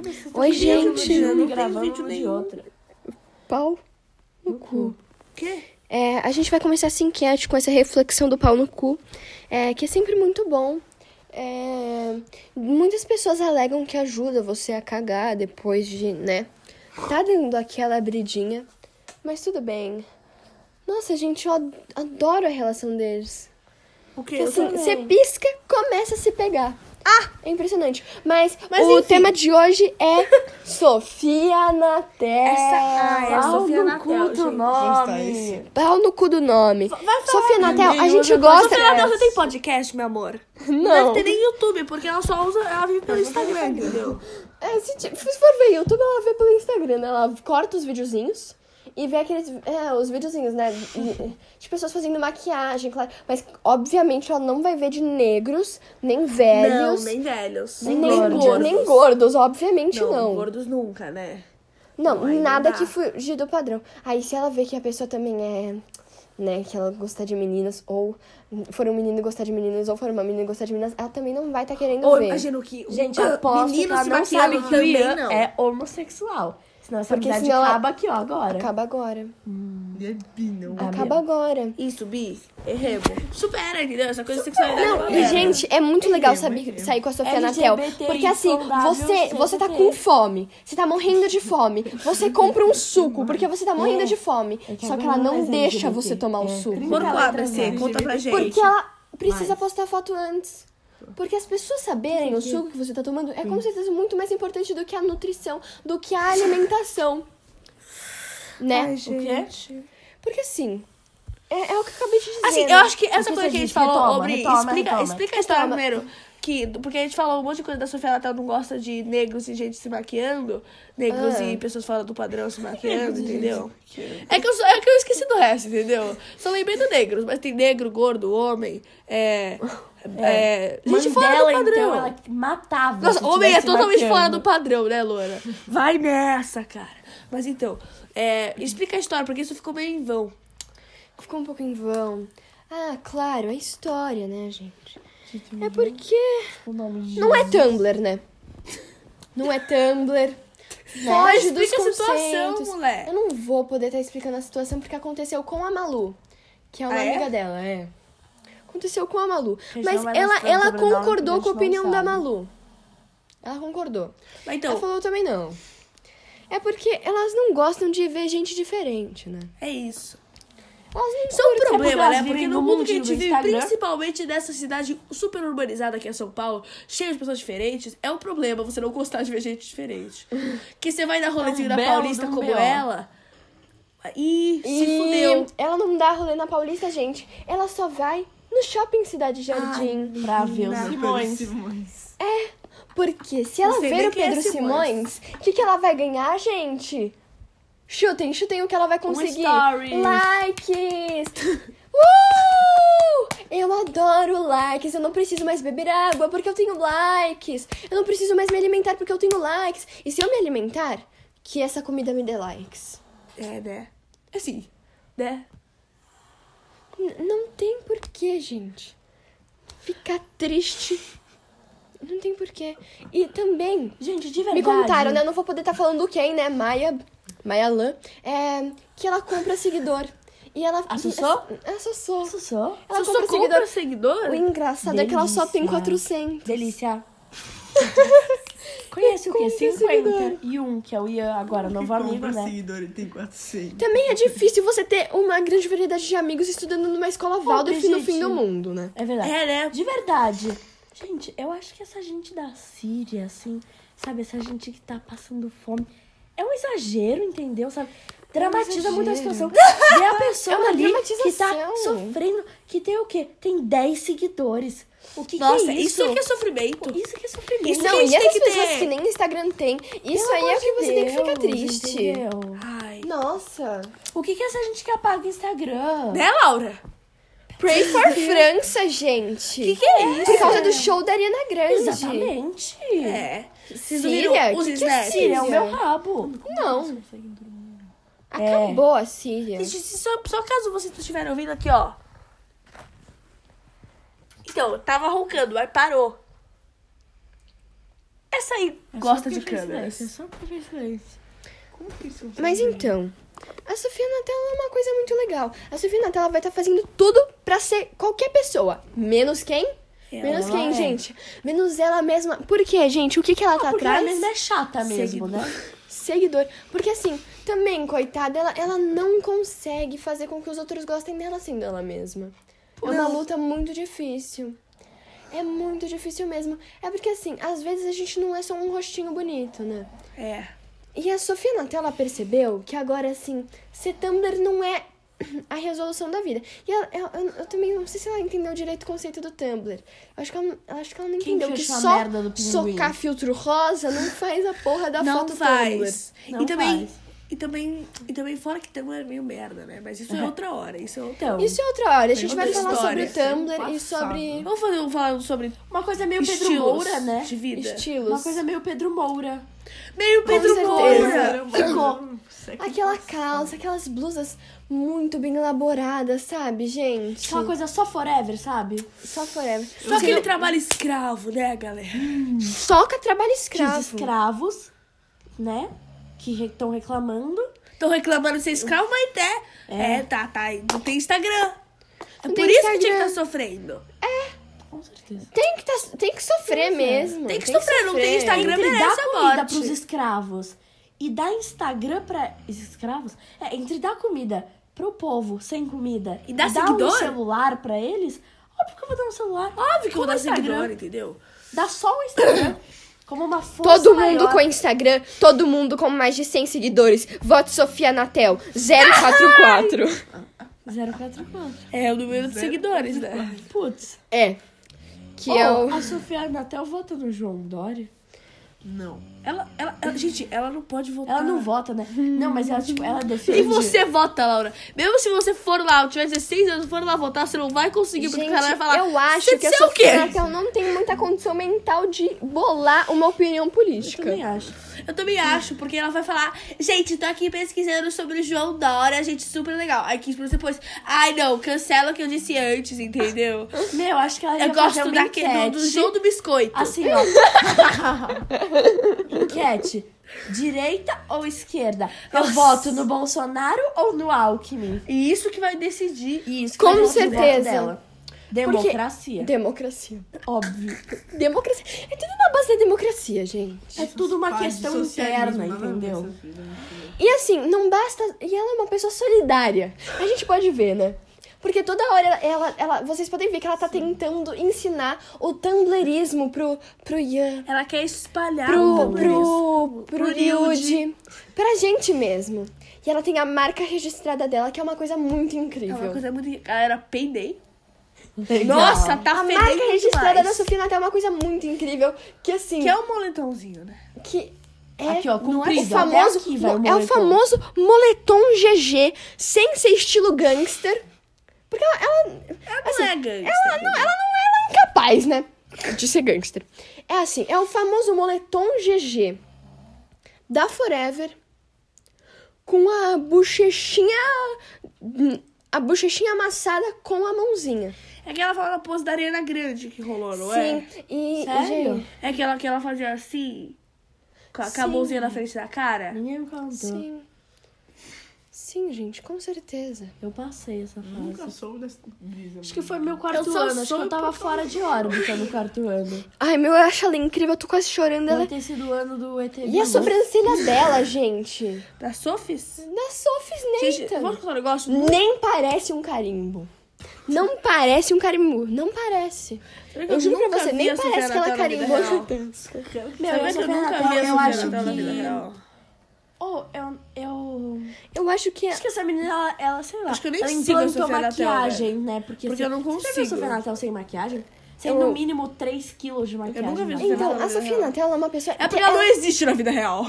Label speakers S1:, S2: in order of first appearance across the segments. S1: Tipo,
S2: Oi, gente.
S1: Eu não tenho
S3: gravando
S1: vídeo
S3: uma de
S1: nenhum.
S3: outra.
S2: Pau no cu.
S1: Quê?
S2: É, a gente vai começar essa enquete com essa reflexão do pau no cu, é, que é sempre muito bom. É, muitas pessoas alegam que ajuda você a cagar depois de, né? Tá dando aquela abridinha, mas tudo bem. Nossa, gente, eu ad- adoro a relação deles.
S1: O quê?
S2: Porque,
S1: Eu um-
S2: assim,
S1: também.
S2: você pisca, começa a se pegar. Ah! É impressionante. Mas,
S1: Mas,
S2: o
S1: enfim.
S2: tema de hoje é Sofia na Terra.
S3: Essa- ah, é
S2: Pau
S3: Sofia
S2: no
S3: Natel,
S2: cu do
S3: gente.
S2: nome. Pau no cu do nome.
S1: falar.
S2: Sofia Natel, a
S3: Nenhuma
S2: gente
S3: coisa.
S2: gosta...
S1: Sofia Natel, você tem podcast, meu amor?
S2: Não.
S1: Não deve ter nem YouTube, porque ela só usa. Ela vive pelo Instagram, entendeu?
S2: É, se, ti- se for ver YouTube, ela vê pelo Instagram, né? Ela corta os videozinhos e vê aqueles... É, os videozinhos, né? E- De pessoas fazendo maquiagem, claro. Mas, obviamente, ela não vai ver de negros, nem velhos...
S1: Não, nem velhos.
S2: Nem,
S3: gordos.
S2: gordos. nem gordos, obviamente não.
S1: Não, gordos nunca, né?
S2: Não,
S1: Aí não
S2: nada
S1: dá.
S2: que fugir do padrão. Aí se ela vê que a pessoa também é, né, que ela gostar de meninas, ou for um menino e gostar de meninas, ou for uma menina e gostar de meninas, ela também não vai estar querendo
S1: Ou
S2: ver.
S1: imagina o que.
S3: Gente,
S1: Ah,
S3: aposto que
S1: menino
S3: ela
S1: se
S3: não
S1: maquiando
S3: sabe que o Ian
S1: também, não.
S3: é homossexual. Senão essa
S2: Porque
S3: amizade
S2: senão ela-
S3: acaba aqui, ó,
S1: né?
S3: agora.
S2: Acaba agora.
S1: Não.
S2: Acaba agora.
S1: Isso, Bi. Erremos. Supera, entendeu? Essa coisa de sexualidade.
S2: Não, e
S1: galera.
S2: gente, é muito legal saber, sair com a Sofia
S3: LGBT
S2: Natel. Porque assim,
S3: saudável
S2: você, você tá
S3: sempre.
S2: com fome. Você tá morrendo de fome. Você compra um suco, porque você tá morrendo
S3: É.
S2: de fome.
S3: É que
S2: Só que ela
S3: agora não
S2: não
S3: mais é
S2: deixa
S3: LGBT.
S2: você tomar o
S3: É.
S2: suco.
S1: Por
S3: Ela
S1: qual
S3: vai
S1: ABC?
S3: transar.
S1: Conta pra gente.
S2: Porque ela precisa
S3: Mas-
S2: postar foto antes. Porque as pessoas saberem o suco que você tá tomando é com certeza muito mais importante do que a nutrição, do que a alimentação. Né?
S1: gente.
S2: Porque assim, é, é o que eu acabei de dizer.
S1: Assim,
S2: né?
S1: eu acho que essa
S3: Esqueça
S1: coisa que a gente
S3: disso,
S1: falou,
S3: retoma,
S1: Obri,
S3: retoma,
S1: explica,
S3: retoma.
S1: explica a história
S2: Retoma.
S1: primeiro. Que, porque a gente falou um monte de coisa da Sofia Natal não gosta de negros e gente se maquiando. Negros
S2: Ah.
S1: e pessoas fora do padrão se maquiando, entendeu? É que, eu, só- é que eu esqueci do resto, entendeu? Só lembrei do negros, mas tem negro, gordo, homem, é. é, gente
S3: Mãe
S1: fora
S3: dela,
S1: do padrão.
S3: então, ela matava.
S1: Nossa,
S3: se
S1: homem é
S3: tivesse
S1: totalmente
S3: matando.
S1: fora do padrão, né, Luana? Vai nessa, cara. Mas então, é, explica a história, porque isso ficou meio em vão.
S2: Ficou um pouco em vão. Ah, claro, é história, né, gente? É porque.
S3: O nome de
S2: Não é Tumblr, né? Não é Tumblr. Foge dos
S1: Explica a situação,
S2: conceitos.
S1: mulher.
S2: Eu não vou poder estar explicando a situação porque aconteceu com a Malu, que é uma
S1: Ah, é?
S2: amiga dela, é. Aconteceu com a Malu.
S3: gente
S2: Mas
S3: não vai
S2: ela,
S3: mostrar o
S2: ela
S3: sobrenome,
S2: concordou
S3: porque
S2: com
S3: a
S2: a
S3: gente não
S2: opinião da
S3: sabe.
S2: Malu. Ela concordou.
S1: Mas
S2: ela
S1: então,
S2: falou também não. É porque elas não gostam de ver gente diferente, né?
S1: é isso.
S2: Elas não
S1: Isso é um
S2: curtem.
S1: problema,
S3: elas
S1: né? Porque
S3: vivem
S1: no
S3: no
S1: mundo que a
S3: mundo
S1: gente
S3: do
S1: vive,
S3: Instagram.
S1: principalmente nessa cidade super urbanizada que é São Paulo, cheia de pessoas diferentes, é um problema você não gostar de ver gente diferente. que você vai dar rolezinho na
S3: belo
S1: Paulista
S3: de um
S1: como
S3: B.O.
S1: ela. E se
S2: E
S1: fudeu.
S2: Ela não dá rolê na Paulista, gente. Ela só vai no shopping Cidade Jardim.
S3: Pra ver os
S1: Não.
S3: Simões.
S2: Porque se
S1: Não
S2: ela
S1: sei nem
S2: ver o
S1: quem é
S2: Pedro
S1: Simões.
S2: Simões, o que, que ela vai ganhar, gente? Chutem, chutem o que ela vai conseguir.
S3: story.
S2: Likes! Uh! Eu adoro likes, eu não preciso mais beber água porque eu tenho likes. Eu não preciso mais me alimentar porque eu tenho likes. E se eu me alimentar, que essa comida me dê likes.
S1: É, né? Assim, né?
S2: N- não tem porquê, gente. Ficar triste. Não tem porquê. E também,
S3: Gente, de verdade.
S2: Me contaram, né? Eu não vou poder estar falando quem, né? Maia, Maia Lan, é, que ela compra seguidor. E ela.
S3: A Sussô?
S2: A Sussô.
S3: Isso só.
S2: Ela
S1: Você
S2: compra
S1: só compra
S2: seguidor.
S1: seguidor?
S2: O engraçado é que ela só tem
S3: Delícia.
S2: 400.
S3: Delícia. Conhece o quê?
S2: Conta esse
S3: 50 e um, que é o Ian agora, novo amigo,
S4: Compra
S3: né?
S4: um seguidor, ele tem 400.
S2: Também é difícil você ter uma grande variedade de amigos estudando numa escola Waldorf no
S3: gente.
S2: fim do mundo, né?
S3: É verdade.
S1: É, né?
S3: De verdade. Gente, eu acho que essa gente da Síria, assim, sabe? Essa gente que tá passando fome. É um exagero, entendeu? Sabe? Dramatiza muito a
S2: É um exagero.
S3: situação. Vê a pessoa
S2: É uma
S3: ali que tá
S2: dramatização.
S3: sofrendo, que tem o quê? Tem 10 seguidores. O que, que
S1: Nossa,
S3: é
S1: isso
S3: isso?
S1: é que é sofrimento.
S3: Isso que é sofrimento.
S1: Isso
S2: não,
S1: que a gente
S2: e essas
S1: tem que
S2: pessoas
S1: ter.
S2: que nem Instagram tem, isso
S3: Pelo
S2: aí
S3: amor
S2: é o que
S3: de
S2: você tem que ficar
S3: Deus,
S2: triste.
S3: entendeu?
S1: Ai.
S2: Nossa.
S3: O que, que é essa gente que apaga o Instagram?
S1: Né, Laura?
S2: Pray for França, gente.
S1: Que que é isso?
S2: Por causa do show da Ariana Grande.
S3: Exatamente.
S1: É. Vocês
S2: Síria?
S1: viram os
S2: Que que é
S1: snaps?
S3: Síria é o
S2: Síria.
S3: meu rabo.
S2: Não.
S3: É.
S2: Acabou a Síria.
S1: Gente, se só, só caso vocês estiverem ouvindo aqui, ó. Então, tava roncando, mas parou.
S3: Essa aí
S1: É só
S3: gosta de
S1: porque fez
S3: câmeras.
S1: silêncio, É só porque fez silêncio. Como que isso não
S2: Mas
S1: sabe?
S2: então, a Sofia Nutella é uma coisa muito legal. A Sofia Nutella vai estar fazendo tudo pra ser qualquer pessoa. Menos quem? Menos quem,
S3: é.
S2: gente? Menos ela mesma. Por quê, gente? O que, que ela tá
S3: Porque
S2: atrás?
S3: ela mesma é chata mesmo,
S1: Seguidor.
S3: né?
S2: Seguidor. Porque assim, também, coitada, ela, ela não consegue fazer com que os outros gostem dela sendo ela mesma. É uma luta muito difícil. É muito difícil mesmo. É porque assim, às vezes a gente não é só um rostinho bonito, né?
S1: É.
S2: E a Sofia Nutella percebeu que agora, assim, ser Tumblr não é a resolução da vida. E ela, ela- eu, eu também não sei se ela entendeu direito o conceito do Tumblr. Eu acho que ela, eu acho que ela não
S3: Quem
S2: entendeu que
S3: fechou a
S2: só
S3: merda do pinguim?
S2: socar filtro rosa não faz a porra da
S1: não
S2: foto Tumblr.
S1: faz.
S3: Não
S1: e também,
S3: faz.
S1: E também, e também fora que Tumblr é meio merda, né? Mas isso é outra hora, isso é outra...
S3: Então,
S2: Isso é outra hora. A gente
S1: Outra
S2: vai falar
S1: história.
S2: sobre o Tumblr
S3: Passado.
S2: e sobre
S1: Vamos fazer um falar sobre
S3: é uma coisa meio Pedro
S1: estilos
S3: Moura, né?
S1: de vida.
S2: estilos.
S3: Uma coisa meio Pedro Moura.
S1: Meio Pedro
S2: certeza.
S1: Moura.
S3: Ficou.
S2: Aquela calça, aquelas blusas muito bem elaboradas, sabe, gente?
S3: Uma coisa só forever, sabe?
S2: Só forever.
S1: Só aquele trabalho escravo, né, galera?
S2: Soca trabalho
S3: Que os
S2: escravo.
S3: escravos, né? Que estão reclamando.
S1: Tô reclamando de ser escravo, mas é. É, tá, tá. Não tem Instagram. É
S2: Não
S1: por
S2: tem
S1: isso que
S2: Instagram.
S1: tinha que estar sofrendo.
S3: Com certeza.
S2: Tem que, tá, tem que sofrer mesmo.
S1: Tem que sofrer, não tem Instagram.
S3: Entre
S1: merece
S3: dar
S1: a
S3: comida
S1: morte.
S3: pros escravos e dar Instagram pra esses escravos, é, entre dar comida pro povo sem comida
S1: E dar
S3: um
S1: seguidor?
S3: celular pra eles, óbvio que eu vou dar um celular.
S1: Óbvio que eu
S3: Como
S1: vou dar
S3: Instagram?
S1: seguidor, entendeu?
S3: Dá só o Instagram como uma força
S2: Todo mundo
S3: maior.
S2: com Instagram, todo mundo com mais de 100 seguidores. Vote Sofia Natel 044.
S3: 044.
S1: É o número de seguidores, né?
S3: Putz.
S2: É. Que
S3: Oh,
S2: eu.
S3: A Sofia Natel vota no João Dória.
S1: Não. Ela, ela, ela- gente, ela não pode votar.
S3: Ela não vota, né? Não, mas ela, tipo, ela defende.
S1: Ah. E você vota, Laura. Mesmo se você for lá, tiver 16 anos, for lá votar, você não vai conseguir, porque
S2: Gente,
S1: ela vai falar.
S2: eu acho
S1: "Você
S2: que a
S1: disse o quê?
S2: Sofia Natel não tem muita condição mental de bolar uma opinião política.
S3: também acho.
S1: Eu também acho, porque ela vai falar, gente, tô aqui pesquisando sobre o João Dória, gente, super legal. Aí 15 minutos depois, ai não, cancela o que eu disse antes, entendeu?
S3: Meu, eu acho que ela ia
S1: Eu
S3: fazer
S1: gosto
S3: uma
S1: daquele do, do
S3: enquete.
S1: João do Biscoito.
S3: Assim, ó. enquete. Direita ou esquerda? Eu
S1: Nossa.
S3: voto no Bolsonaro ou no Alckmin?
S1: E isso que vai decidir.
S3: Isso.
S2: Com
S3: vai ser o voto
S2: certeza.
S3: dela.
S2: Porque-
S3: Democracia.
S2: Democracia.
S3: Óbvio.
S2: Democracia. É tudo na base da democracia, gente.
S3: É tudo uma questão interna, entendeu?
S2: E assim, não basta. E ela é uma pessoa solidária. A gente pode ver, né? Porque toda hora ela, ela. Vocês podem ver que ela tá tentando ensinar o tumblerismo pro, pro Ian.
S1: Ela quer espalhar
S2: Pro,
S1: Ah, o
S2: pro, pro
S1: Pro Liude.
S2: Liude. Pra gente mesmo. E ela tem a marca registrada dela, que é uma coisa muito
S1: É uma
S2: incrível.
S1: coisa muito. Galera, peidei.
S3: Legal.
S1: Nossa, tá
S2: A
S1: fedendo
S2: marca registrada
S1: demais.
S2: da Sofia Natal é uma coisa muito incrível. Que assim.
S1: Que é um moletomzinho, né?
S2: que é,
S3: Aqui, ó,
S2: não é o
S3: comprido, até
S2: famoso,
S3: aqui vai o
S2: é o
S3: moletom.
S2: famoso moletom GG, sem ser estilo gangster. Porque ela, ela,
S1: Ela
S2: assim,
S1: não é gangster.
S2: ela não, ela não ela é incapaz, né? De ser gangster. É assim, é o famoso moletom GG da Forever com a bochechinha a bochechinha amassada com a mãozinha.
S1: É que ela fala na pose da Ariana Grande que rolou, não é?
S2: Sim, e
S3: Sério?
S2: gente,
S1: É aquela que ela fazia assim, com a, com a
S2: Sim.
S1: mãozinha na frente da cara.
S3: Ninguém me contou.
S2: sim. Sim, gente, com certeza.
S3: Eu passei essa fase.
S4: soube dessa brisa.
S3: Acho que foi meu quarto
S1: Eu só
S3: ano. Acho que eu
S1: soube
S3: tava fora de órbita no quarto ano.
S2: Ai, meu, eu acho ela incrível, eu tô quase chorando. Ela... é
S3: Deve ter sido o ano do ET.
S2: E a sobrancelha dela, gente? é
S1: Da Sofis?
S2: Da Sophie's
S1: Gente,
S2: Nathan.
S1: vamos contar um negócio?
S2: Nem parece um carimbo. Não parece um carimbo. Não parece. Eu juro pra você, nem parece que
S1: é
S2: ela carimbou.
S3: Meu,
S1: Sabe
S3: eu,
S1: que eu
S3: sou
S1: nunca
S3: Natal,
S1: vi a
S3: eu
S1: Sofia
S3: acho
S1: Natal na vida
S3: que...
S1: real.
S3: Oh, eu, eu...
S2: Eu acho que... é-
S3: Acho que essa menina, ela, ela, sei lá,
S1: Acho que eu nem
S3: ela
S1: sigo a
S3: implantou
S1: Sofia Natel,
S3: maquiagem, né? Porque,
S1: Porque eu não
S3: Você viu a
S1: consigo.
S3: Sofia Natel sem maquiagem? Sem
S2: Eu-
S3: no mínimo 3 quilos de maquiagem.
S1: nunca vi
S3: né?
S1: Sofia
S2: Então,
S1: Natal,
S2: a Sofia
S1: né?
S2: Natel ela é uma pessoa...
S1: É porque ela não existe na vida real.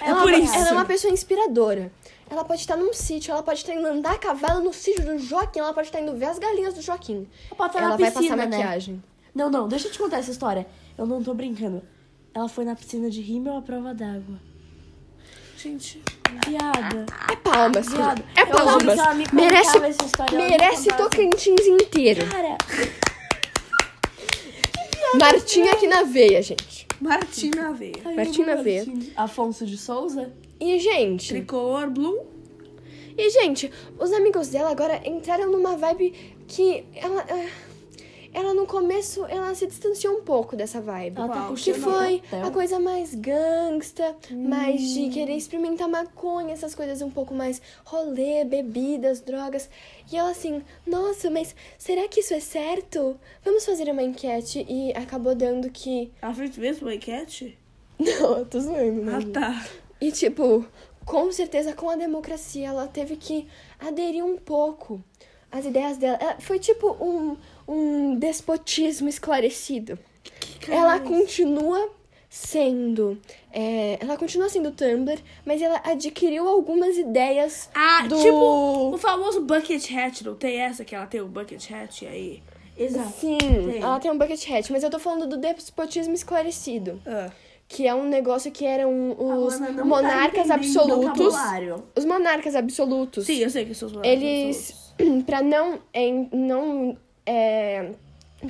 S1: É por
S2: ela-
S1: isso.
S2: Ela é uma pessoa inspiradora. Ela pode estar num sítio, ela pode estar indo andar a cavalo no sítio do Joaquim, ela pode estar indo ver as galinhas do Joaquim.
S3: Ela pode estar na
S2: Ela vai
S3: piscina,
S2: passar
S3: né?
S2: maquiagem.
S3: Não, não, deixa eu te contar essa história. Eu não tô brincando. Ela foi na piscina de rímel à prova d'água.
S1: Gente,
S3: Viada.
S2: É palmas.
S3: Viado,
S2: É
S3: eu lembro
S2: palmas.
S3: que ela me contava
S2: merece
S3: essa história, ela me
S2: merece
S3: contava essa-
S2: Tocantins inteiro.
S3: Cara.
S2: Martim aqui na veia, gente.
S1: Martina Aveia.
S2: Martina veia.
S3: Afonso de Souza?
S2: E, gente.
S1: Tricolor Blue.
S2: E, gente, os amigos dela agora entraram numa vibe que ela. ah, Ela no começo, ela se distanciou um pouco dessa vibe.
S3: Ela tá
S1: Uau,
S2: Que
S3: puxando
S2: foi
S3: o
S2: a
S3: papel.
S2: coisa mais gangsta, mais
S3: Hum.
S2: de querer experimentar maconha, essas coisas um pouco mais rolê, bebidas, drogas. E ela assim, nossa, mas será que isso é certo? Vamos fazer uma enquete e acabou dando que.
S1: Ela fez mesmo uma enquete?
S2: Não, eu tô zoando, né?
S1: Ah, tá.
S2: E tipo, com certeza com a democracia ela teve que aderir um pouco às ideias dela. Ela- foi tipo um, um despotismo esclarecido.
S3: é
S2: Ela continua sendo. é, ela continua sendo Tumblr, mas ela adquiriu algumas ideias
S1: Ah,
S2: do.
S1: tipo, o famoso bucket hat, não tem essa que ela tem o bucket hat aí?
S3: Exato.
S2: Sim, ela tem um bucket hat, mas eu tô falando do despotismo esclarecido.
S1: Ah.
S2: Que é um negócio que eram os
S3: Ana não tá
S2: monarcas
S3: entendendo o
S2: absolutos.
S3: vocabulário.
S2: Os monarcas absolutos.
S1: Sim, eu sei que são os
S2: Eles, pra não, em, não é,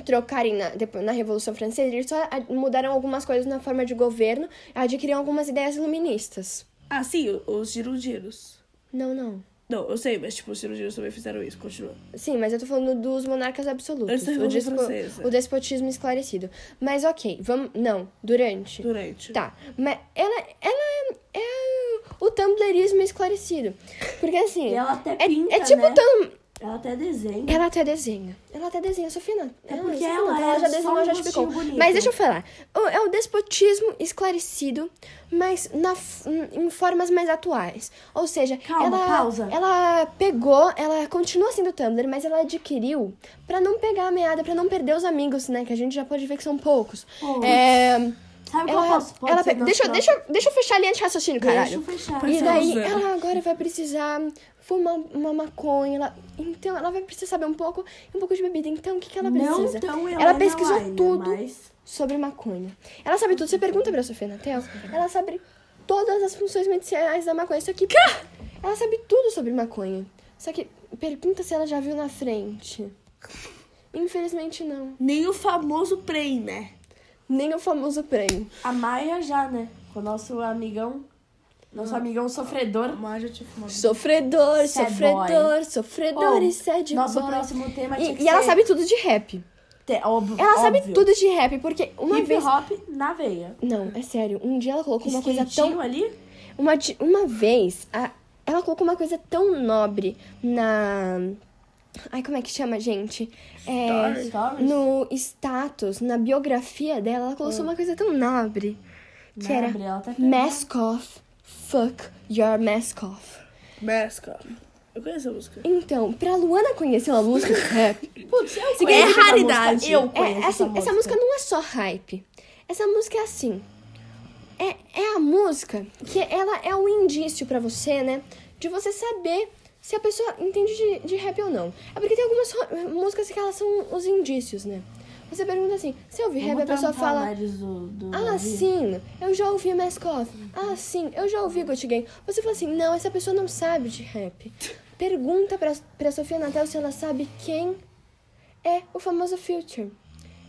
S2: trocarem na, depo- na Revolução Francesa, eles só a- mudaram algumas coisas na forma de governo, adquiriram algumas ideias iluministas.
S1: Ah, sim, o- os girondinos.
S2: Não, não.
S1: Não, eu sei, mas tipo, os girondinos também fizeram isso, continua.
S2: Sim, mas eu tô falando dos monarcas absolutos.
S1: Antes da
S2: o,
S1: Revolução Francesa.
S2: o despotismo esclarecido. Mas ok, vamos. Não, durante.
S1: Durante.
S2: Tá, mas ela, ela é, é o tumblerismo esclarecido. Porque assim.
S3: E ela até
S2: é,
S3: pinta,
S2: é tipo
S3: né?
S2: tum-
S3: Ela até desenha.
S2: Ela até desenha. Ela até desenha, Sofia não.
S3: É porque
S2: Sofia
S3: ela
S2: não,
S3: é
S2: já
S3: só
S2: desenhou,
S3: um
S2: já explicou.
S3: rostinho bonito.
S2: Mas deixa eu falar. O- É o despotismo esclarecido, mas na, f- em formas mais atuais. Ou seja,
S3: Calma,
S2: ela,
S3: pausa.
S2: ela pegou, ela continua sendo Tumblr, mas ela adquiriu pra não pegar a meada, pra não perder os amigos, né? Que a gente já pode ver que são poucos.
S3: Poucos.
S2: É,
S3: Sabe qual
S2: ela, é-
S3: posso? Pode
S2: ela
S3: ser
S2: pe-
S3: nosso
S2: deixa, eu-
S3: próximo?
S2: deixa, eu- deixa eu fechar a linha de raciocínio, caralho.
S3: Deixa eu fechar.
S2: E
S1: Pois é,
S2: daí
S1: Suzana.
S2: ela agora vai precisar fumar uma maconha. ela- Então ela vai precisar saber um pouco, um pouco de bebida. Então o que, que ela
S3: Não
S2: precisa?
S3: tão
S2: ela
S3: Helena
S2: pesquisou
S3: Weiner,
S2: tudo
S3: mas-
S2: sobre maconha. Ela sabe tudo. Você pergunta pra Sofia Natel, ela sabe todas as funções medicinais da maconha. Só que ela sabe tudo sobre maconha. Só que pergunta se ela já viu na frente. Infelizmente não.
S1: Nem o famoso Prey, né?
S2: Nem o famoso prêmio.
S3: A Maia já, né? Com o nosso amigão. Nosso
S2: Ah.
S3: amigão sofredor.
S1: Mas já tive uma
S2: Sofredor,
S3: Sad
S2: sofredor,
S3: Oh,
S2: sofredor e sad
S3: nosso
S2: boy.
S3: próximo tema tinha
S2: E,
S3: que
S2: e ela
S3: ser
S2: sabe tudo de rap.
S3: te- óbvio-
S2: Ela sabe
S3: óbvio.
S2: tudo de rap, porque uma
S3: Hip
S2: vez.
S3: hop na veia.
S2: Não, é sério. Um dia ela colocou uma coisa
S3: Skatinho
S2: tão.
S3: ali.
S2: Uma, di- uma vez, a- ela colocou uma coisa tão nobre na. Ai, como é que chama, gente? É,
S3: Stories.
S2: no status, na biografia dela, ela colocou
S3: Ah.
S2: uma coisa tão nobre. Que era
S3: Nobre, ela tá querendo.
S2: Mask Off, Fuck Your Mask Off.
S1: Mesca. Eu conheço a música.
S2: Então, pra Luana conhecer uma música de rap,
S3: Putz, eu
S2: Seguinte,
S3: conheço essa
S1: raridade.
S3: música, Eu
S2: É,
S3: conheço
S2: assim, essa, música. não é só hype. Essa música é assim. É, é a música que ela é um indício pra você, né? De você saber se a pessoa entende de, de rap ou não. É porque tem algumas ro- músicas que elas são os indícios, né? Você pergunta assim, se eu ouvi rap, a
S3: Vamos
S2: pessoa
S3: tampar
S2: fala.
S3: o nariz do- do
S2: Ah,
S3: navio?
S2: sim, eu já ouvi Maskov. Ah, sim, eu já ouvi Got Gang. Você fala assim, não, essa pessoa não sabe de rap. Pergunta pra, pra Sofia Natel se ela sabe quem é o famoso Future.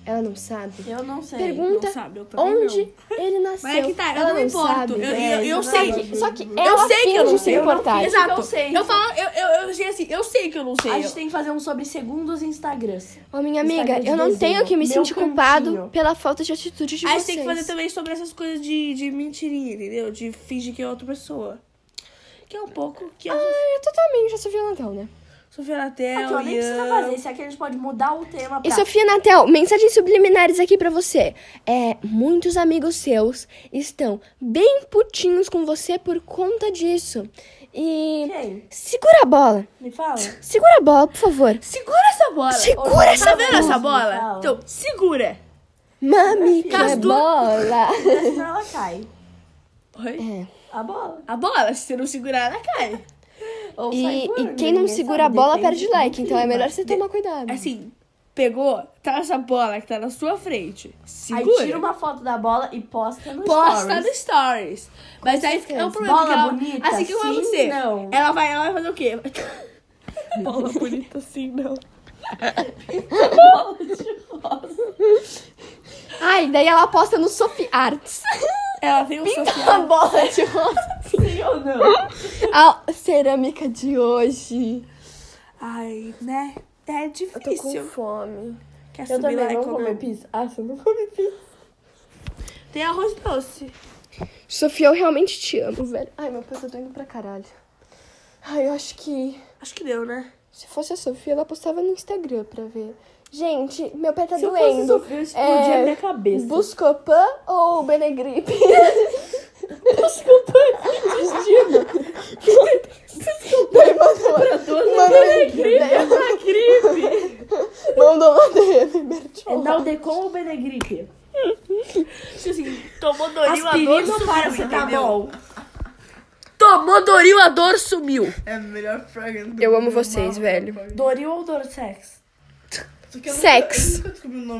S2: Ela não sabe.
S3: Eu não sei.
S2: Pergunta
S1: não sabe, eu também
S2: onde ele nasceu.
S1: Mas é que tá, eu
S2: ela
S1: não me importo.
S2: sabe.
S1: Eu,
S2: É,
S1: eu, eu
S3: isso
S1: sei.
S3: não é
S2: Só que
S1: Eu
S2: ela
S1: sei que eu não
S2: finge se
S1: sei. eu não-
S2: importar.
S1: Exato.
S3: Eu sei.
S1: Eu falo, eu, eu, eu sei assim, eu sei que eu não sei.
S3: A
S1: Eu-
S3: gente tem que fazer um sobre segundos Instagrams.
S2: Ô, minha
S3: Instagram
S2: amiga,
S3: de
S2: eu não
S3: desenho.
S2: tenho que me
S3: Meu
S2: sentir culpado
S3: cantinho.
S2: pela falta de atitude de
S1: A
S2: vocês.
S1: gente tem que fazer também sobre essas coisas de, de mentirinha, entendeu? De fingir que é outra pessoa. Que é um pouco que a
S2: Ah, é totalmente a Sofia Natel, né?
S1: Sofia Natel
S2: É,
S3: Aqui, ó, nem precisa
S1: Ian-
S3: fazer. Isso aqui a gente pode mudar o tema pra...
S2: E Sofia Natel, mensagens subliminares aqui pra você. É, muitos amigos seus estão bem putinhos com você por conta disso. E
S3: Quem?
S2: segura a bola.
S3: Me fala.
S2: Segura a bola, por favor.
S1: Segura essa bola.
S2: Segura
S1: Ô,
S2: essa
S1: tá vendo
S2: bola.
S1: essa
S3: Fala.
S1: bola? Então, segura.
S2: Mami,
S1: As
S2: que
S1: duas-
S2: bola.
S3: Senão ela cai.
S1: Oi?
S2: É.
S3: A bola.
S1: A bola, se você não segurar, ela cai.
S3: Ou sai
S2: E,
S3: voando,
S2: e quem não
S3: ninguém
S2: segura a
S3: sabe,
S2: bola
S3: depende
S2: perde
S3: do
S2: like, então é
S3: clima.
S2: melhor você tomar cuidado.
S1: Assim, pegou, tá essa bola que tá na sua frente.
S3: Aí
S1: Segura.
S3: tira uma foto da bola e posta no
S1: Posta
S3: stories.
S1: no stories. Mas aí fica- é um problema.
S3: Bola
S1: porque ela,
S3: bonita,
S1: assim que eu vou
S3: sim,
S1: você.
S3: não.
S1: Ela vai, ela vai fazer o quê? bola bonita, sim, não.
S3: Bola de rosa.
S2: Ai, daí ela aposta no Sophie Arts.
S1: Ela tem um
S2: Pinta a
S1: social.
S2: bola de rosa.
S3: Sim ou não?
S2: A cerâmica de hoje.
S1: Ai, né? É difícil.
S2: fome.
S1: Quer subir lá e comer?
S2: pizza. Ah, eu não comi pizza.
S1: Tem arroz doce.
S2: Sofia, eu realmente te amo, velho. Ai, meu Deus, eu tô indo pra caralho. Ai, eu acho que
S1: Acho que deu, né?
S2: se fosse a Sofia, ela postava no Instagram pra ver. Gente, meu pé tá
S3: Se eu fosse
S2: doendo.
S3: sofrer, eu explodia
S2: É,
S3: a minha cabeça.
S2: Buscopan ou Benegripe?
S3: Desculpa, eu
S2: Daí mandou,
S3: Desculpa,
S2: mandou,
S3: é
S2: daí
S3: Benegripe.
S2: mandou lá dele, Bertiola.
S3: É Naldecon ou Benegripe?
S1: Tipo assim, tomou Doril a dor,
S3: Aspirina ou
S1: sumiu,
S2: né,
S3: tá
S1: entendeu?
S3: paracetamol? Tomou Doril, a dor sumiu.
S4: É a melhor praga do
S2: Eu amo
S4: mundo,
S2: vocês,
S4: mal,
S2: velho.
S4: mal, mal.
S3: Doril ou Dorsex?
S4: Só que eu nunca-
S2: Sex.
S4: Eu nunca descobri um o nome